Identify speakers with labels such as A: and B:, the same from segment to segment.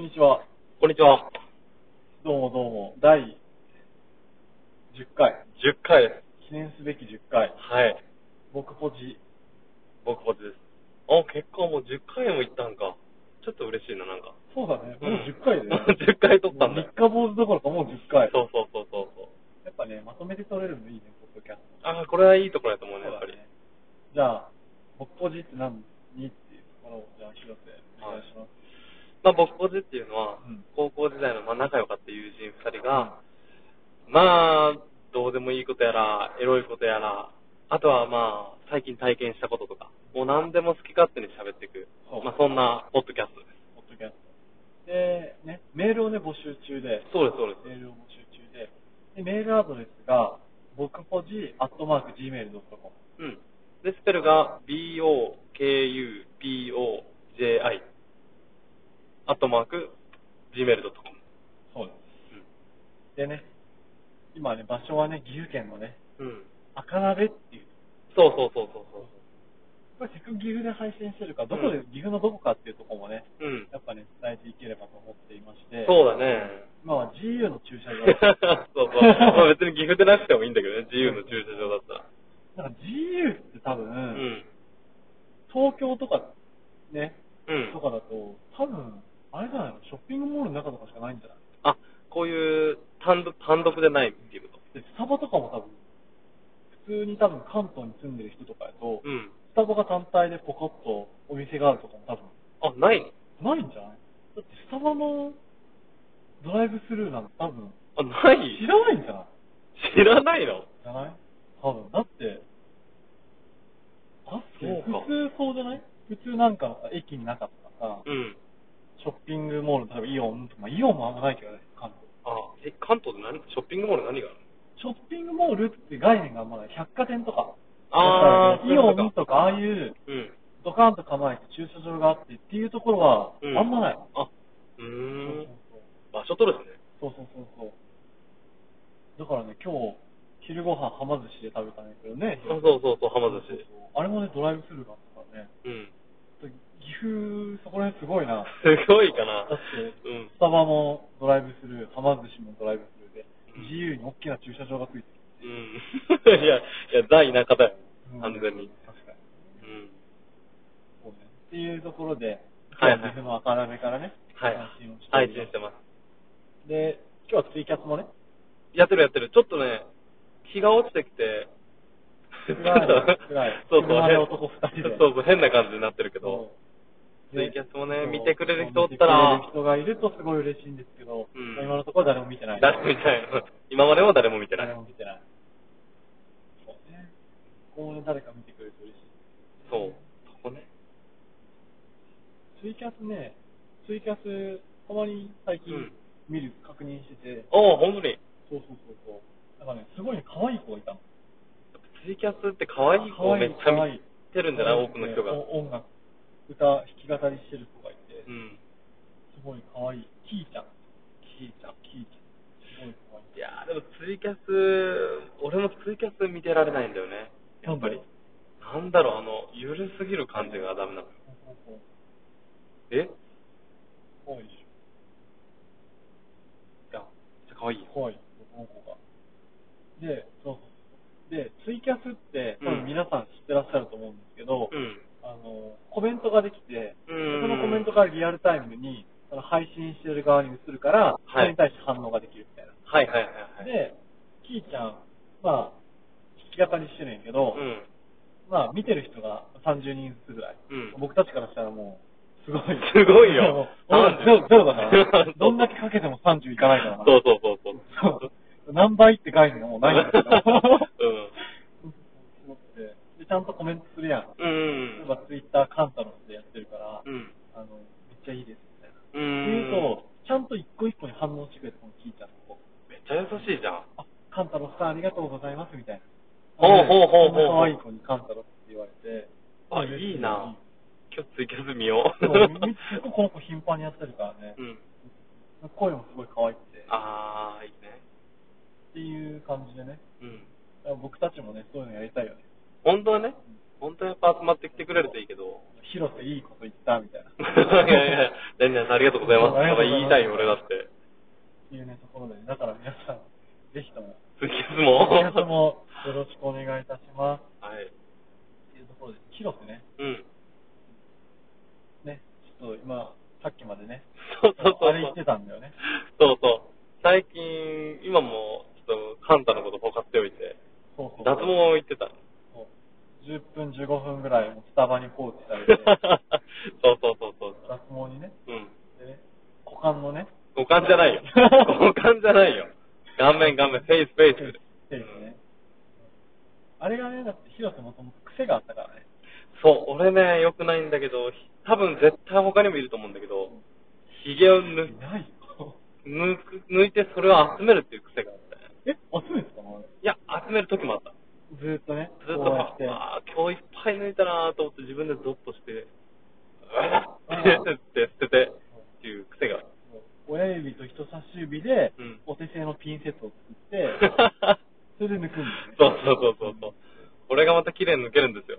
A: んにちは。
B: こんにちは。
A: どうもどうも。第10回。
B: 10回です。
A: 記念すべき10回。
B: はい。
A: 僕ポジ。
B: 僕こっちです。あ、結果もう10回も行ったんか。ちょっと嬉しいな、なんか。
A: そうだね。もう10回で、
B: もう10回 撮ったんだ
A: も
B: よ。
A: う三日坊主どころかもう10回。
B: そうそうそうそうそう。
A: やっぱね、まとめて撮れるのいいね、ポッドキャスト。
B: ああ、これはいいところやと思うね、やっぱり。
A: そうだねじゃあ、僕ポジって何にっていうところを、じゃあ、拾ってお願いします。
B: まあ、僕こっちっていうのは、
A: うん
B: 高校時代のまあ仲良かった友人2人が、まあ、どうでもいいことやら、エロいことやら、あとはまあ、最近体験したこととか、もう何でも好き勝手に喋っていく
A: そう、
B: まあそんな、ポッドキャストです。
A: ポッドキャスト。で、ね、メールをね、募集中で。
B: そうです、そうです。
A: メールを募集中で。で、メールアドレスが、僕ポジ、アットマーク、gmail.com。
B: うん。で、スペルが b-o-k-u-p-o-j-i アットマーク gmail.com。
A: そうです。でね、今ね、場所はね、岐阜県のね、
B: うん。うん。
A: 赤鍋っていう。
B: そうそうそうそうそ
A: これ、せっかく岐阜で配信してるから、どこで、岐阜のどこかっていうところもね、
B: う。うん。
A: やっぱね、伝えていければと思っていまして。
B: そうだね。
A: 今は GU の駐車場。
B: そうそう。まあ別に岐阜でなくてもいいんだけどね、自由の駐車場だったら。
A: なんか GU って多分、
B: うん。
A: 東京とか、ね、
B: うん
A: と。かだと、多分、あれじゃないの、ショッピングモールの中とかしかないんじゃない
B: あ、こういう単独、単独でないっていうこ
A: で、スタバとかも多分、普通に多分関東に住んでる人とかやと、
B: と。うん。
A: スタバが単体でポコッとお店があるとかも多分、
B: あ、ないの
A: ないんじゃないだってスタバのドライブスルーなんて多分、
B: あ、ない
A: 知らないんじゃない
B: 知らないの
A: じゃない多分。だって、だって
B: そうか
A: 普通そうじゃない普通なんかさ、駅の中とかさ、
B: うん。
A: ショッピングモール、例えばイオンとか、まあ、イオンもあんまないけどね、関東。
B: あ、え、関東で何、ショッピングモール何があるの
A: ショッピングモールって概念があんまない。百貨店とか。
B: あー
A: イオ
B: そういう
A: ン
B: こと
A: とか、ああいう
B: うん。
A: ドカンと構えて駐車場があってっていうところは
B: う、ん
A: あんまない。
B: あ、うー
A: そうんそう。そう
B: 場所取るしね。
A: そうそうそうそう。だからね、今日、昼ご飯はま寿司で食べたんだけどね。
B: あそうそうそう、浜
A: そう
B: 寿
A: そ
B: 司。
A: うそうあれもね、ドライブスルーがあったからね。
B: うん。
A: ちょっと岐阜、そこら辺すごいな。
B: すごいかな
A: だって、
B: うん
A: スタバもドライブスルー、はま寿司もドライブスルーで、
B: うん
A: 自由に大きな駐車場がついてる。
B: うん。 いや、いや、大田舎だよ。完全に。
A: 確かに。
B: うん。
A: そうね。っていうところで、
B: はいは
A: 今日は
B: い
A: 岐阜の赤鍋からね、
B: はい
A: 配信をし。て
B: 配
A: おり
B: 信
A: ます
B: してます。
A: で、今日はツイキャスもね、
B: やってるやってる。ちょっとね、日が落ちてきて、
A: 暗い暗い
B: そうそう、
A: 車で
B: 変
A: 男二人で
B: そうそう、変な感じになってるけど。
A: そう
B: ツイキャスもね
A: そう
B: 見てくれる人おったら
A: 見てくれる人がいるとすごい嬉しいんですけど、
B: うん
A: 今のところは誰も見てない。
B: 誰も見てない。 今までも誰も見てない。
A: 誰も見てない。そうね。ここもね、誰か見てくれると嬉しい。
B: そう。そこね。
A: ツイキャスね、ツイキャス、たまに最近
B: うん
A: 見る、確認してて、
B: おお、本当に。
A: そうそうそうそう。なんかね、すごいね可愛い子がいたの。
B: ツイキャスって可愛い
A: 可
B: 子
A: 愛
B: め
A: い
B: っちゃ
A: 可愛い
B: 見てるんじゃない多くの人が。
A: お音楽、歌、弾き語りしてる子がいて、
B: うん。
A: すごい可愛い。キーちゃん。
B: キーちゃん。
A: キーちゃん。すごい可愛い。
B: いやーでもツイキャス、俺もツイキャス見てられないんだよね。やっぱり。なんだろう、あの、ゆるすぎる感じがダメなのよ。
A: ほうほうほう
B: えい
A: 可愛いでし
B: や、めっちゃ可愛いよ。
A: ょ。可愛い、この子が。で、そうそう。で、ツイキャスって、多分皆さん知ってらっしゃると思うんですけど、
B: うん。
A: あの、コメントができて、そ
B: うん
A: のコメントがリアルタイムに、その配信してる側に移るから、そ
B: は
A: れ
B: い
A: に対して反応ができるみたいな。
B: はいはいはいはい。
A: で、キーちゃん、まあ、弾き語りしてるんやけど、
B: うん。
A: まあ、見てる人が30人ずつぐらい。
B: うん
A: 僕たちからしたらもう、すごい。
B: すご いよ
A: 俺らゼロ、ゼロだから
B: そう。
A: どんだけかけても30いかないからな。
B: そうそうそうそう。
A: そう。何倍って概念がもうないんだけど。すごくて で、ちゃんとコメントするやん。
B: うん。
A: 例
B: うん
A: えば、ツイッターカンタロスでやってるから、
B: うん。
A: あの、めっちゃいいです、みたいな。
B: う
A: って
B: ん。
A: いうと、ちゃんと一個一個に反応してくれて、この聞いたとこ。
B: めっちゃ優しいじゃん。
A: あ、カンタロスさんありがとうございます、みたいな。
B: ほうほうほうほう
A: 可愛い子にカンタロスって言われて。
B: あ、いいな。今日ツイキャス見よう。
A: でも、み結構この子頻繁にやってるからね
B: う。ん。
A: 声もすごい可愛くて。
B: あー、いいね。
A: っていう感じでね。
B: うん。
A: 僕たちもね、そういうのやりたいよね。
B: 本当はね、本当やっぱ集まってきてくれるといいけど。
A: 広瀬いいこと言った、みたいな。
B: いやいや、何々さんありがとうございます。
A: あり
B: や
A: がとうご
B: っぱ
A: ざい
B: 言い
A: ます
B: たいよ、俺だって。
A: っていうね、ところで、だから皆さん、ぜひと も、
B: ツイキャス
A: お
B: も。
A: 客様もよろしくお願いいたします。
B: はい。
A: っていうところで、広瀬ね、
B: うん。
A: ね、ちょっと今、さっきまでね、
B: そうそうそう。
A: あれ言ってたんだよね。
B: そうそう。最近、今も、ちょっと、カンタのことフォーカスしておいて、
A: そうそう。
B: 脱毛を言ってた。
A: そう10分、15分ぐらい、スタバに放置され て、
B: そうそうそうそう。
A: 脱毛にね、
B: うん。
A: でね、股間のね、
B: 股間じゃないよ。股間じゃないよ。顔面、顔面、フェイス、フェイス。
A: っていうね。あれがね、だって広瀬もともと癖があったからね。
B: そう、俺ね、良くないんだけど、ひ多分絶対他にもいると思うんだけど、髭を抜
A: いないよ。
B: 抜く抜いてそれを集めるっていう癖があったね。
A: え、集めてたのあれ
B: いや、集める時もあった。
A: ずーっとね、
B: ずっと、
A: こうやって。
B: ああ、今日いっぱい抜いたなーと思って自分でゾッとして、うわーってって捨ててっていう癖がある。
A: 親指と人差し指で、
B: うん
A: お手製のピンセットを作っ て、それで抜くんだ
B: そ
A: よ
B: う
A: ね。
B: そうそうそうそう。これがまた綺麗に抜けるんですよ。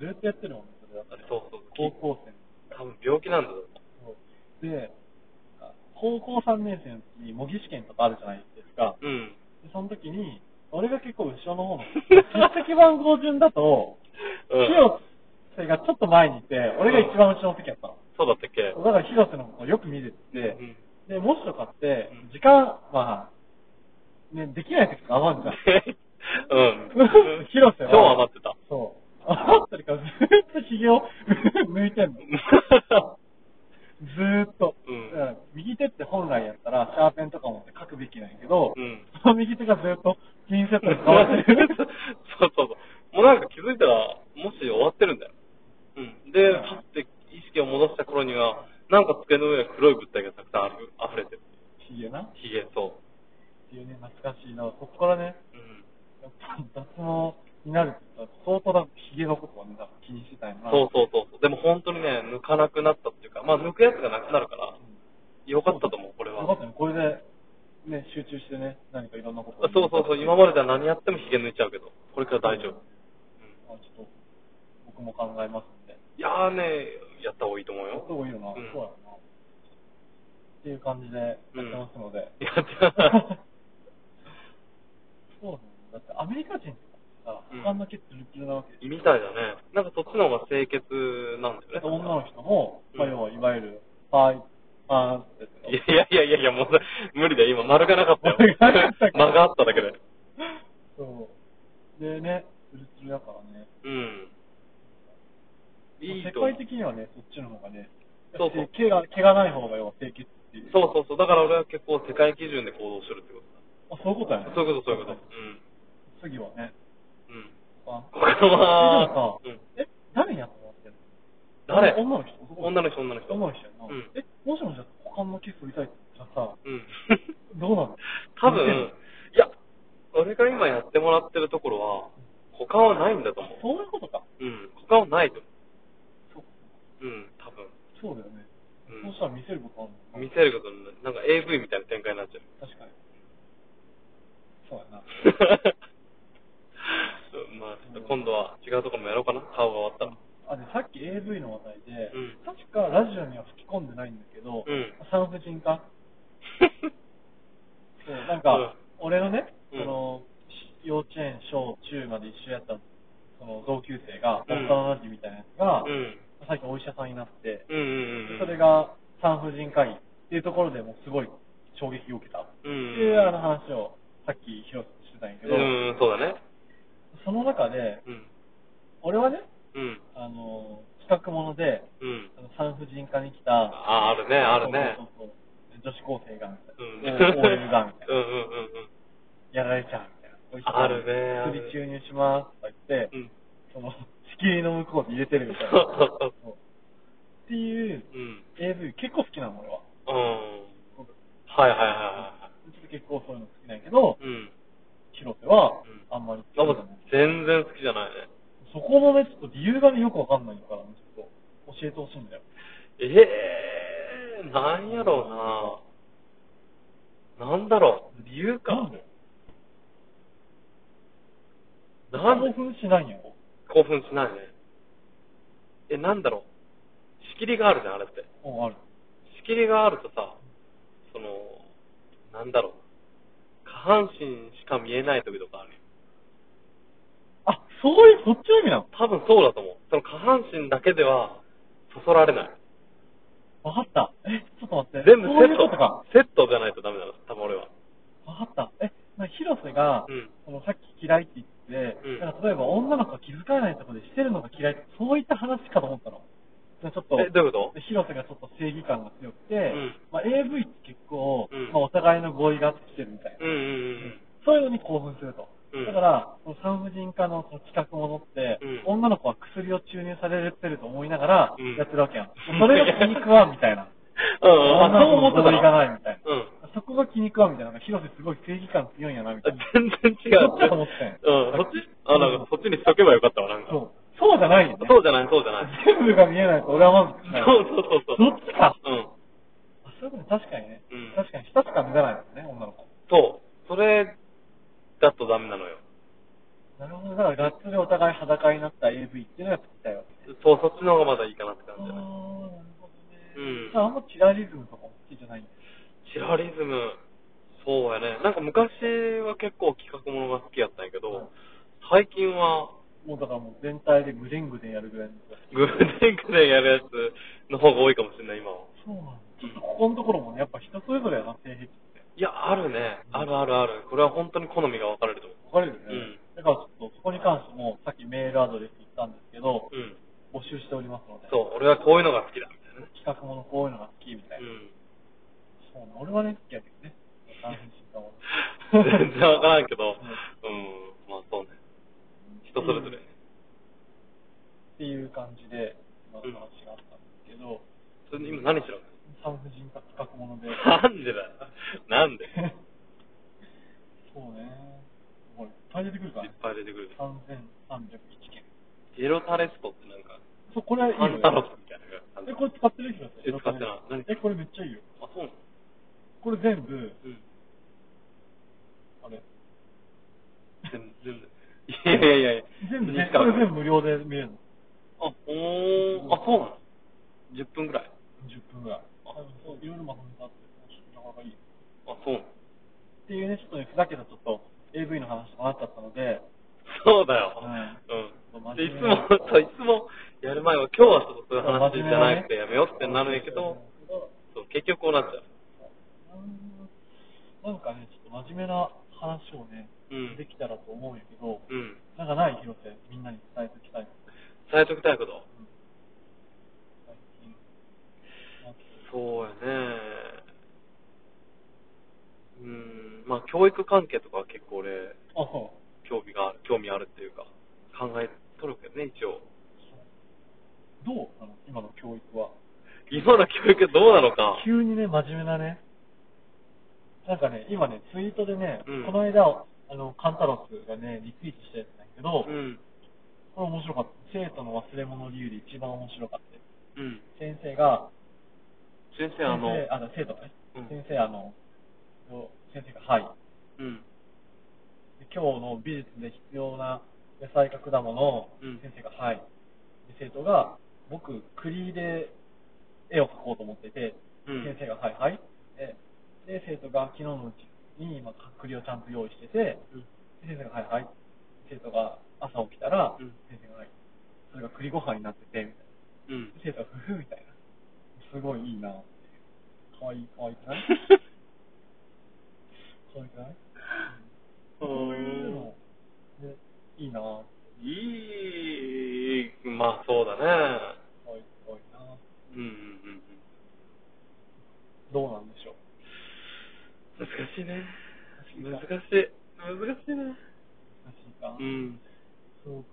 A: ずーっとやってるもんね、それだから
B: そうそう
A: 高校生
B: 多分病気なんだよ。
A: の時で、高校3年生の時に模擬試験とかあるじゃないですか。
B: うん。
A: でその時に、俺が結構後ろの方の、筆跡番号順だと、
B: うん
A: 広瀬がちょっと前にいて、俺が一番後ろの席やったの。
B: そうだったっけ
A: だから広瀬のことをよく見てて、
B: うん
A: で、もしとかって
B: うん、
A: 時間、まあ、ね、できない時とか余る じゃん。
B: うん。
A: 広瀬は
B: 超余って た。
A: そう。余ってるからずーっと髭を 抜いてんの。ずーっと。
B: うん
A: だから右手って本来やったら、シャーペンとか持って書くべきなんやけど、
B: うん
A: その右手がずーっとピンセット
B: そう
A: に変わって る。
B: そうそう。もうなんか気づいたら、もし終わってるんだよ。うん。で、パッて意識を戻した頃には、なんか机の上に黒い物体がたくさんある溢れてる。
A: 髭な。っ
B: ひげ、そ
A: ていうね、懐かしいな。そこからね、
B: う。うん。
A: やっぱ脱毛になるって言ったら、相当だ、髭のことをね、多分気にしてたんやな。
B: そうそうそうそう。でも本当にね、抜かなくなったっていうか、まあ抜くやつがなくなるから、よかったと思う、これは
A: よかっ。たね。これで、ね、集中してね、何かいろんなことを
B: そうそうそう、今まででは何やってもひげ抜いちゃうけど、これから大丈夫。
A: まあちょっと、僕も考えますんで。
B: いやーね、やった方がいいと思う
A: やっ
B: よ
A: た。 方がいいよな。
B: う
A: そう
B: ん
A: やろな。っていう感じでやってますので。
B: やった。
A: そうだね。だってアメリカ人ってさ、
B: うん
A: 他の毛ツルツルなわけで
B: みたいだね。なんかそっちの方が清潔なんだよね。
A: 女の人も、
B: うん
A: まあ要はいわゆる、パーイ、パーンって
B: いやいやいやいや、もうさ無理だよ。今、丸がなかったよ。
A: 丸がなかったか
B: 間があっただけで。
A: そう。でね、ツルツルだからね。
B: うん。いい
A: 世
B: と思う
A: 界的にはね、そっちの方がね、
B: そうそう
A: 毛が、毛がない方が要は清潔っていう。
B: そうそうそう。だから俺は結構世界基準で行動するってこ
A: あ、そういうことやね
B: と。。そういうこと、そういうこと。うん。
A: 次はね、
B: うん。
A: あ、
B: 他は、
A: えでも
B: うん
A: さ、え、誰にやってもらってるの
B: 誰
A: 女の人
B: 女の人、女の人。
A: 女の人やな。
B: うん。
A: え、もしもじゃあ股間の毛剃りたいって言ったらさ、
B: うん。
A: どうなの
B: 多分、いや、俺が今やってもらってるところは、他はないんだと
A: あ
B: 思
A: そういうことか。
B: う。うん。他はないと思
A: そう
B: う。うん、多分。
A: そうだよね。
B: う
A: そ
B: ん
A: うしたら見せることあるのか
B: 見せることになる。なんか AV みたいな展開になっちゃう。
A: 確かに。そうやな。
B: まあ、ちょっと今度は違うところもやろうかな、顔が終わったら。
A: あ、で、さっき AV の話題で、
B: うん
A: 確かラジオには吹き込んでないんだけど、
B: うん
A: 産婦人科そう、なんか、
B: うん
A: 俺のね、
B: うん
A: その、し幼稚園、小、中まで一緒やった、その、同級生が、
B: うん
A: 幼馴染みたいなやつが、
B: うん
A: 最近お医者さんになって、
B: うんうんうん。
A: それ、が産婦人科医っていうところでもうすごい衝撃を受けた。
B: うん
A: って
B: うん
A: いうあの話をさっき披露してたんやけど、
B: うんうん、そうだね。
A: その中で、
B: うん。
A: 俺はね、
B: うん。
A: あの、企画もので、
B: うん。
A: あの産婦人科に来た、
B: あ、あるね、あるね
A: そう。そうそう女子高生がみた
B: うん。
A: いな、OL がみたいな
B: うん、うんうんうん。
A: やられちゃうみたいな。
B: あるねある
A: 薬注入しますとか言って、
B: うん
A: その、仕切りの向こうで入れてるみたいな。
B: そうそう
A: そうっていう
B: うん。
A: AV 結構好きなの俺は。
B: うん。はいはいはいは
A: ちょっと結構そういうの好きなんやけど、
B: い。うん。
A: 広瀬は
B: うん
A: あんまり
B: あ
A: 好き
B: も
A: じ
B: う
A: ゃない。
B: 全然好きじゃないね。
A: そこのね、ちょっと理由がね、よくわかんないから、ちょっと教えてほしいんだよ。
B: ええー、なんやろうな。なんだろう。理由か。なんで
A: 興奮しないんやろ。
B: 興奮しないね。え、なんだろう。仕切りがあるじゃん、あれって。
A: うん、ある。
B: 仕切りがあるとさ、その、なんだろう。下半身しか見えない時とかあるよ。
A: あ、そういう、そっちの意味なの
B: 多分そうだと思う。その下半身だけでは、そそられない。
A: わかった。え、ちょっと待って。
B: 全部
A: そう
B: セ
A: い
B: ッ
A: うこ
B: ト
A: とか。
B: セットじゃないとダメだな、多分俺は。
A: わかった。え、まあ、広瀬が、
B: うん
A: そのさっき嫌いって言って、
B: うん
A: だから例えば女の子が気づかないところでしてるのが嫌いとか、そういった話かと思ったの。じゃあちょっと、
B: え、どういうこ
A: で
B: と
A: 広瀬がちょっと正義感が強くて、
B: うん
A: まあ、AV って結構、
B: う
A: ま
B: ん
A: あ、お互いの合意があってきてるみたいな。
B: うんうんうん。
A: そういうのに興奮すると。
B: うん
A: だから、その産婦人科のその企画ものって、
B: うん
A: 女の子は薬を注入されてると思いながら
B: うん
A: やってるわけ やん。それが気に食わんみたいな。
B: うんうん、あ、そ
A: 女
B: う思
A: の
B: っ
A: 子の
B: てた
A: 合意がないみたいな。
B: うん。
A: そこが気に食わんみたいな。なんか広瀬すごい正義感強いんやなみたいな。
B: 全然違う。
A: そっちだと思ってたんや
B: うん、そっちあ、なんかそっちにしとけばよかったわ、なんか。
A: そう。そうじゃないよね。
B: そうじゃない、そうじゃない。
A: 全部が見えないと俺は満足しない。
B: そうそうそうそう。
A: どっちか。
B: うん。
A: あそういうことね確かにね。
B: うん
A: 確かに一つか目じゃないですね、女の子。
B: そう。それだとダメなのよ。
A: なるほど。だから、がっつりお互い裸になった AV っていうのが作りたいわけ。
B: そう、そっちの方がまだいいかなって
A: あ
B: 感
A: あー、
B: じ
A: なるほどね。じ
B: だね。うん
A: ゃあ、あんまチラリズムとかも好きじゃないんで
B: チラリズム、そうやね。なんか昔は結構企画ものが好きやったんやけど、
A: はい
B: 最近は
A: す。もうだからもう全体でグレングでやるぐらいの。
B: グーデンクでやるやつの方が多いかもしれない、今は。
A: そうなんだ。ちょっとここのところもね、やっぱ人それぞれやな、性癖って。
B: いや、あるね。あるあるある。これは本当に好みが分かれると思
A: わか
B: う。
A: るよね。
B: うん
A: だからちょっとそこに関しても、さっきメールアドレス言ったんですけど、
B: うん。
A: 募集しておりますので。
B: そう、俺はこういうのが好きだ、みたいなね。
A: 企画ものこういうのが好きみたいな。そうね、俺はね、好きやけどね。男子かも。
B: うん。 全然分からんけど、
A: う
B: うんん。まあそうね。人それぞれね。
A: っていう感じで、今
B: うん
A: の話があったんですけど、
B: それ今何しろ
A: 産婦人科企画もの で。
B: なんでだよなんでいっ
A: そうね。もういっぱい出てくるからね。
B: ぱい出てくる。
A: 3301件。
B: エロタレストってなんか、
A: そう、これいい
B: パンタロスみたいな感じ。
A: え、これ使ってる人だ
B: え使ってない何
A: え、これめっちゃいいよ。
B: あ、そうなの
A: これ全部、
B: うん。
A: あれ。
B: 全全部。いやいやいやいや。
A: 全部、
B: 二時
A: こ
B: 間
A: れ全部無料で見れるの。
B: あ、おー、あ、そうなの ?10 分ぐらい。
A: 10分ぐらい。あ、そう、いろいろまとめたって、なかなかいい。
B: あ、そうなの
A: っていうね、ちょっとね、ふざけたちょっと AV の話とかなっちゃったので、
B: そうだよ。
A: う
B: うんん。でいつも、そう、いつもやる前は、今日はちょっとそういう話じゃなくてやめようってなるんやけど、そう、結局こうなっちゃう。
A: うんなんかね、ちょっと真面目な話をね、
B: うん
A: できたらと思うんやけど、
B: うん。
A: なんかない広瀬、みんなに伝えておきたい。
B: 伝えときたいこと。
A: うん最近なんか
B: そうやね。うん、まあ教育関係とかは結構俺、
A: あ、そう。
B: 興味がある、興味あるっていうか、考えとるけどね、一応。
A: どうなの今の教育は。
B: 今の教育どうなのか。
A: 急にね、真面目なね、なんかね、今ね、ツイートでね、
B: うん
A: この間、あの、カンタロスがね、リツイートしたやつなんやけど、
B: うん。
A: これ面白かった。生徒の忘れ物理由で一番面白かったよ。
B: うん。
A: 先生が、
B: 先
A: 先
B: 生、あの、
A: 生、あの、生徒がね、
B: うん
A: 先生、あの、先生が、はい。
B: うん。
A: で今日の美術で必要な野菜か果物を
B: うん
A: 先生が、はい。で生徒が、僕、栗で絵を描こうと思ってて、
B: うん
A: 先生が、はい、はい。で、で生徒が昨日のうちに今、栗をちゃんと用意してて、
B: うん
A: で先生が、はい、はい。生徒が朝起きたら、
B: うん
A: 先生が、はい。それが栗ご飯になってて、みたいな。
B: うん。
A: 生徒がふふみたいな。すごいいいなっていう。かわいい、かわいくないか わいくないそういうの、ね、いいなぁ。
B: いい、まあそうだね。
A: かわいい、かわいいなぁ。
B: うんうんうん
A: どうなんでしょう。
B: うん。難しいね。難
A: 難
B: しい。難しいね。
A: 難しいか。
B: うん。
A: そうか。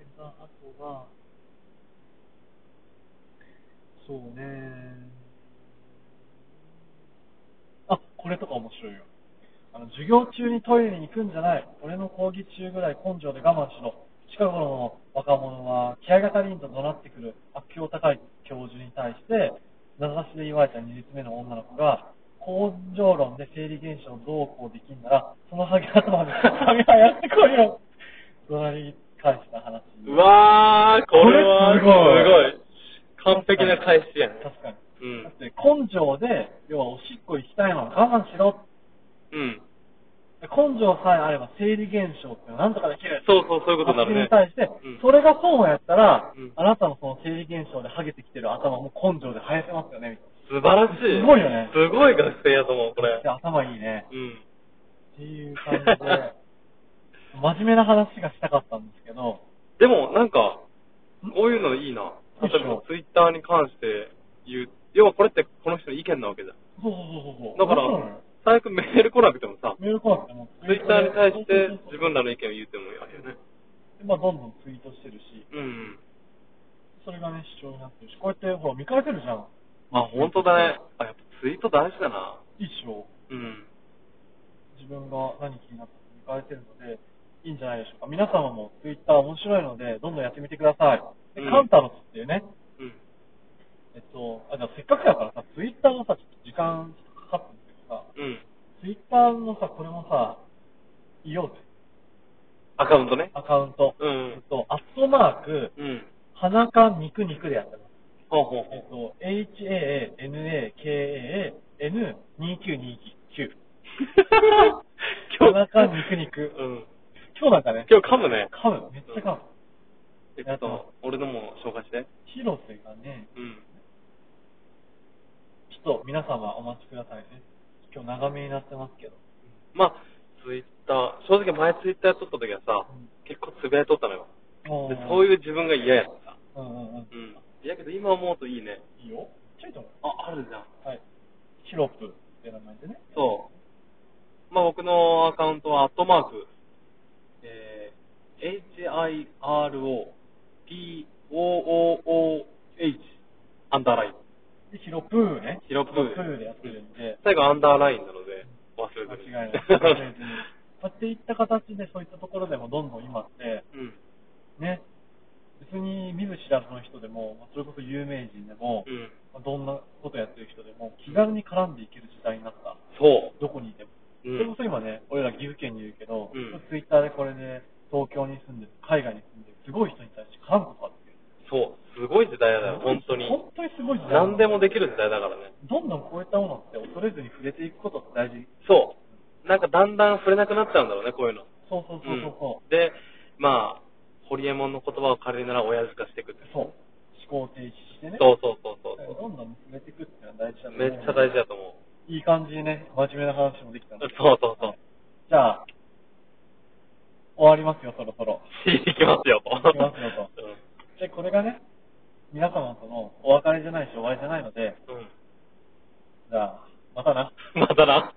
A: えとあとは、そうね。あ、これとか面白いよ。あの、授業中にトイレに行くんじゃない。俺の講義中ぐらい根性で我慢しろ。近頃の若者は、気合が足りんと怒鳴ってくる悪評高い教授に対して、名指しで言われた2列目の女の子が、根性論で生理現象をどうこうできんなら、そのハゲ頭にハゲはやってこいよ。怒鳴り返した話。
B: うわー、これ
C: こ
B: は
C: れすごい
B: すごい。完璧な返しやね。
A: 確かに。
B: うん
A: だっ。て根性で、要はおしっこ行きたいのは我慢しろ。
B: うん。
A: 根性さえあれば生理現象ってなんとかできる。
B: そうそう、そういうことになるね。
A: に対して、
B: うん
A: それがそうやったら、
B: うん
A: あなたのその生理現象でハゲてきてる頭も根性で生やせますよね、みたいな。
B: 素晴らしい。
A: すごいよね
B: すごい学生やと思う、これ。
A: で頭いいね。
B: うん。
A: っていう感じで、 真面目な話がしたかったんですけど、
B: でも、なんか、こういうのいいな。例えば、ツイッターに関して言う。要はこれってこの人の意見なわけじゃん。
A: そうそうそうそう。
B: だから
A: そうなのよ、
B: 最悪メール来なくてもさ、
A: メール来なくても、
B: ツイッターに対して
A: そうそうそう
B: 自分らの意見を言ってもいいわけよね。
A: まあ、どんどんツイートしてるし、
B: うんうん。
A: それがね、主張になってるし、こうやってほら見返せるじゃん。
B: あ、本当だね。あ、やっぱツイート大事だな。
A: 一生、
B: うん。
A: 自分が何気になったか見返せるので、いいんじゃないでしょうか。皆様もツイッター面白いので、どんどんやってみてください。で、
B: うん
A: カンタロスっていうね、
B: うん。
A: えっと、あ、じゃあせっかくだからさ、ツイッターのさ、ちょっと時間ちょっとかかってるんですけどさ、
B: うん。
A: ツイッターのさ、これもさ、いようぜ。
B: アカウントね。
A: アカウント。
B: う
A: えっ
B: ん。
A: と、アットマーク、
B: うん。
A: 花か肉肉でやってます。
B: ほうほう
A: えっ
B: ほう。
A: と、h-a-n-a-k-a-n-2929。
B: 今日、
A: お腹肉肉
B: うん。
A: 今日なんかね、
B: 今日噛むね。
A: 噛む。めっちゃ噛む。
B: えっと、俺のも紹介して。
A: 広瀬がね、
B: うん。
A: ちょっと皆様お待ちくださいね。今日長めになってますけど。
B: まあ、ツイッター、正直前ツイッター撮った時はさ、
A: うん
B: 結構つぶやいとったのよ。
A: お
B: で
A: ー
B: そういう自分が嫌やった。
A: うんうんうん。
B: うん。いやけど今思うといいね。
A: いいよ。ちょいと思
B: あ、あるじゃん。
A: うはい。ヒロプって名前でね。
B: そう。まあ僕のアカウントは、アットマーク、えー、HIRO,POOOH、アンダーライン。
A: で、ヒロプーね。
B: ヒロプー。
A: ヒロプーでやってるんで。
B: 最後アンダーラインなので、忘れ
A: 間
B: ずに。
A: 違いない。 忘れずにまあっていった形で、そういったところでもどんどん今って、
B: うん。
A: ね、別に見ず知らずの人でも、まあそれこそ有名人でも、
B: うん。
A: まあどんなことやってる人でも、気軽に絡んでいける時代になった。
B: そ
A: どこにいても。
B: う。う
A: それこ
B: ん。
A: そ今ね、俺ら岐阜県にいるけど、
B: うん
A: ツイッターでこれで東京に住んでる、海外に住んでる、すごい人に対して絡むことができる。
B: そう。すごい時代だよ、本当に。
A: 本当にすごい時代なの
B: 何でもできる時代だからね。
A: どんどんこういったものって恐れずに触れていくことって大事。
B: そう。なんかだんだん触れなくなっちゃうんだろうね、こういうの。
A: そうそうそうそうそう。
B: んで、まあ、ホリエモンの言葉を借りるなら親父化していくって。
A: そう。思考停止してね。
B: そうそうそうそうそ
A: どんどん進めていくっていうのは大事だ
B: う。めっちゃ大事だと思う。
A: 事。いい感じにね、真面目な話もできたので。
B: そうそうそう
A: はい。じゃあ、終わりますよ、そろそろ。
B: いきますよ、と。
A: いきますよで、これがね、皆様との お別れじゃないし、終わりじゃないので、
B: と。うん。うん。
A: じゃあ、またな。
B: またな。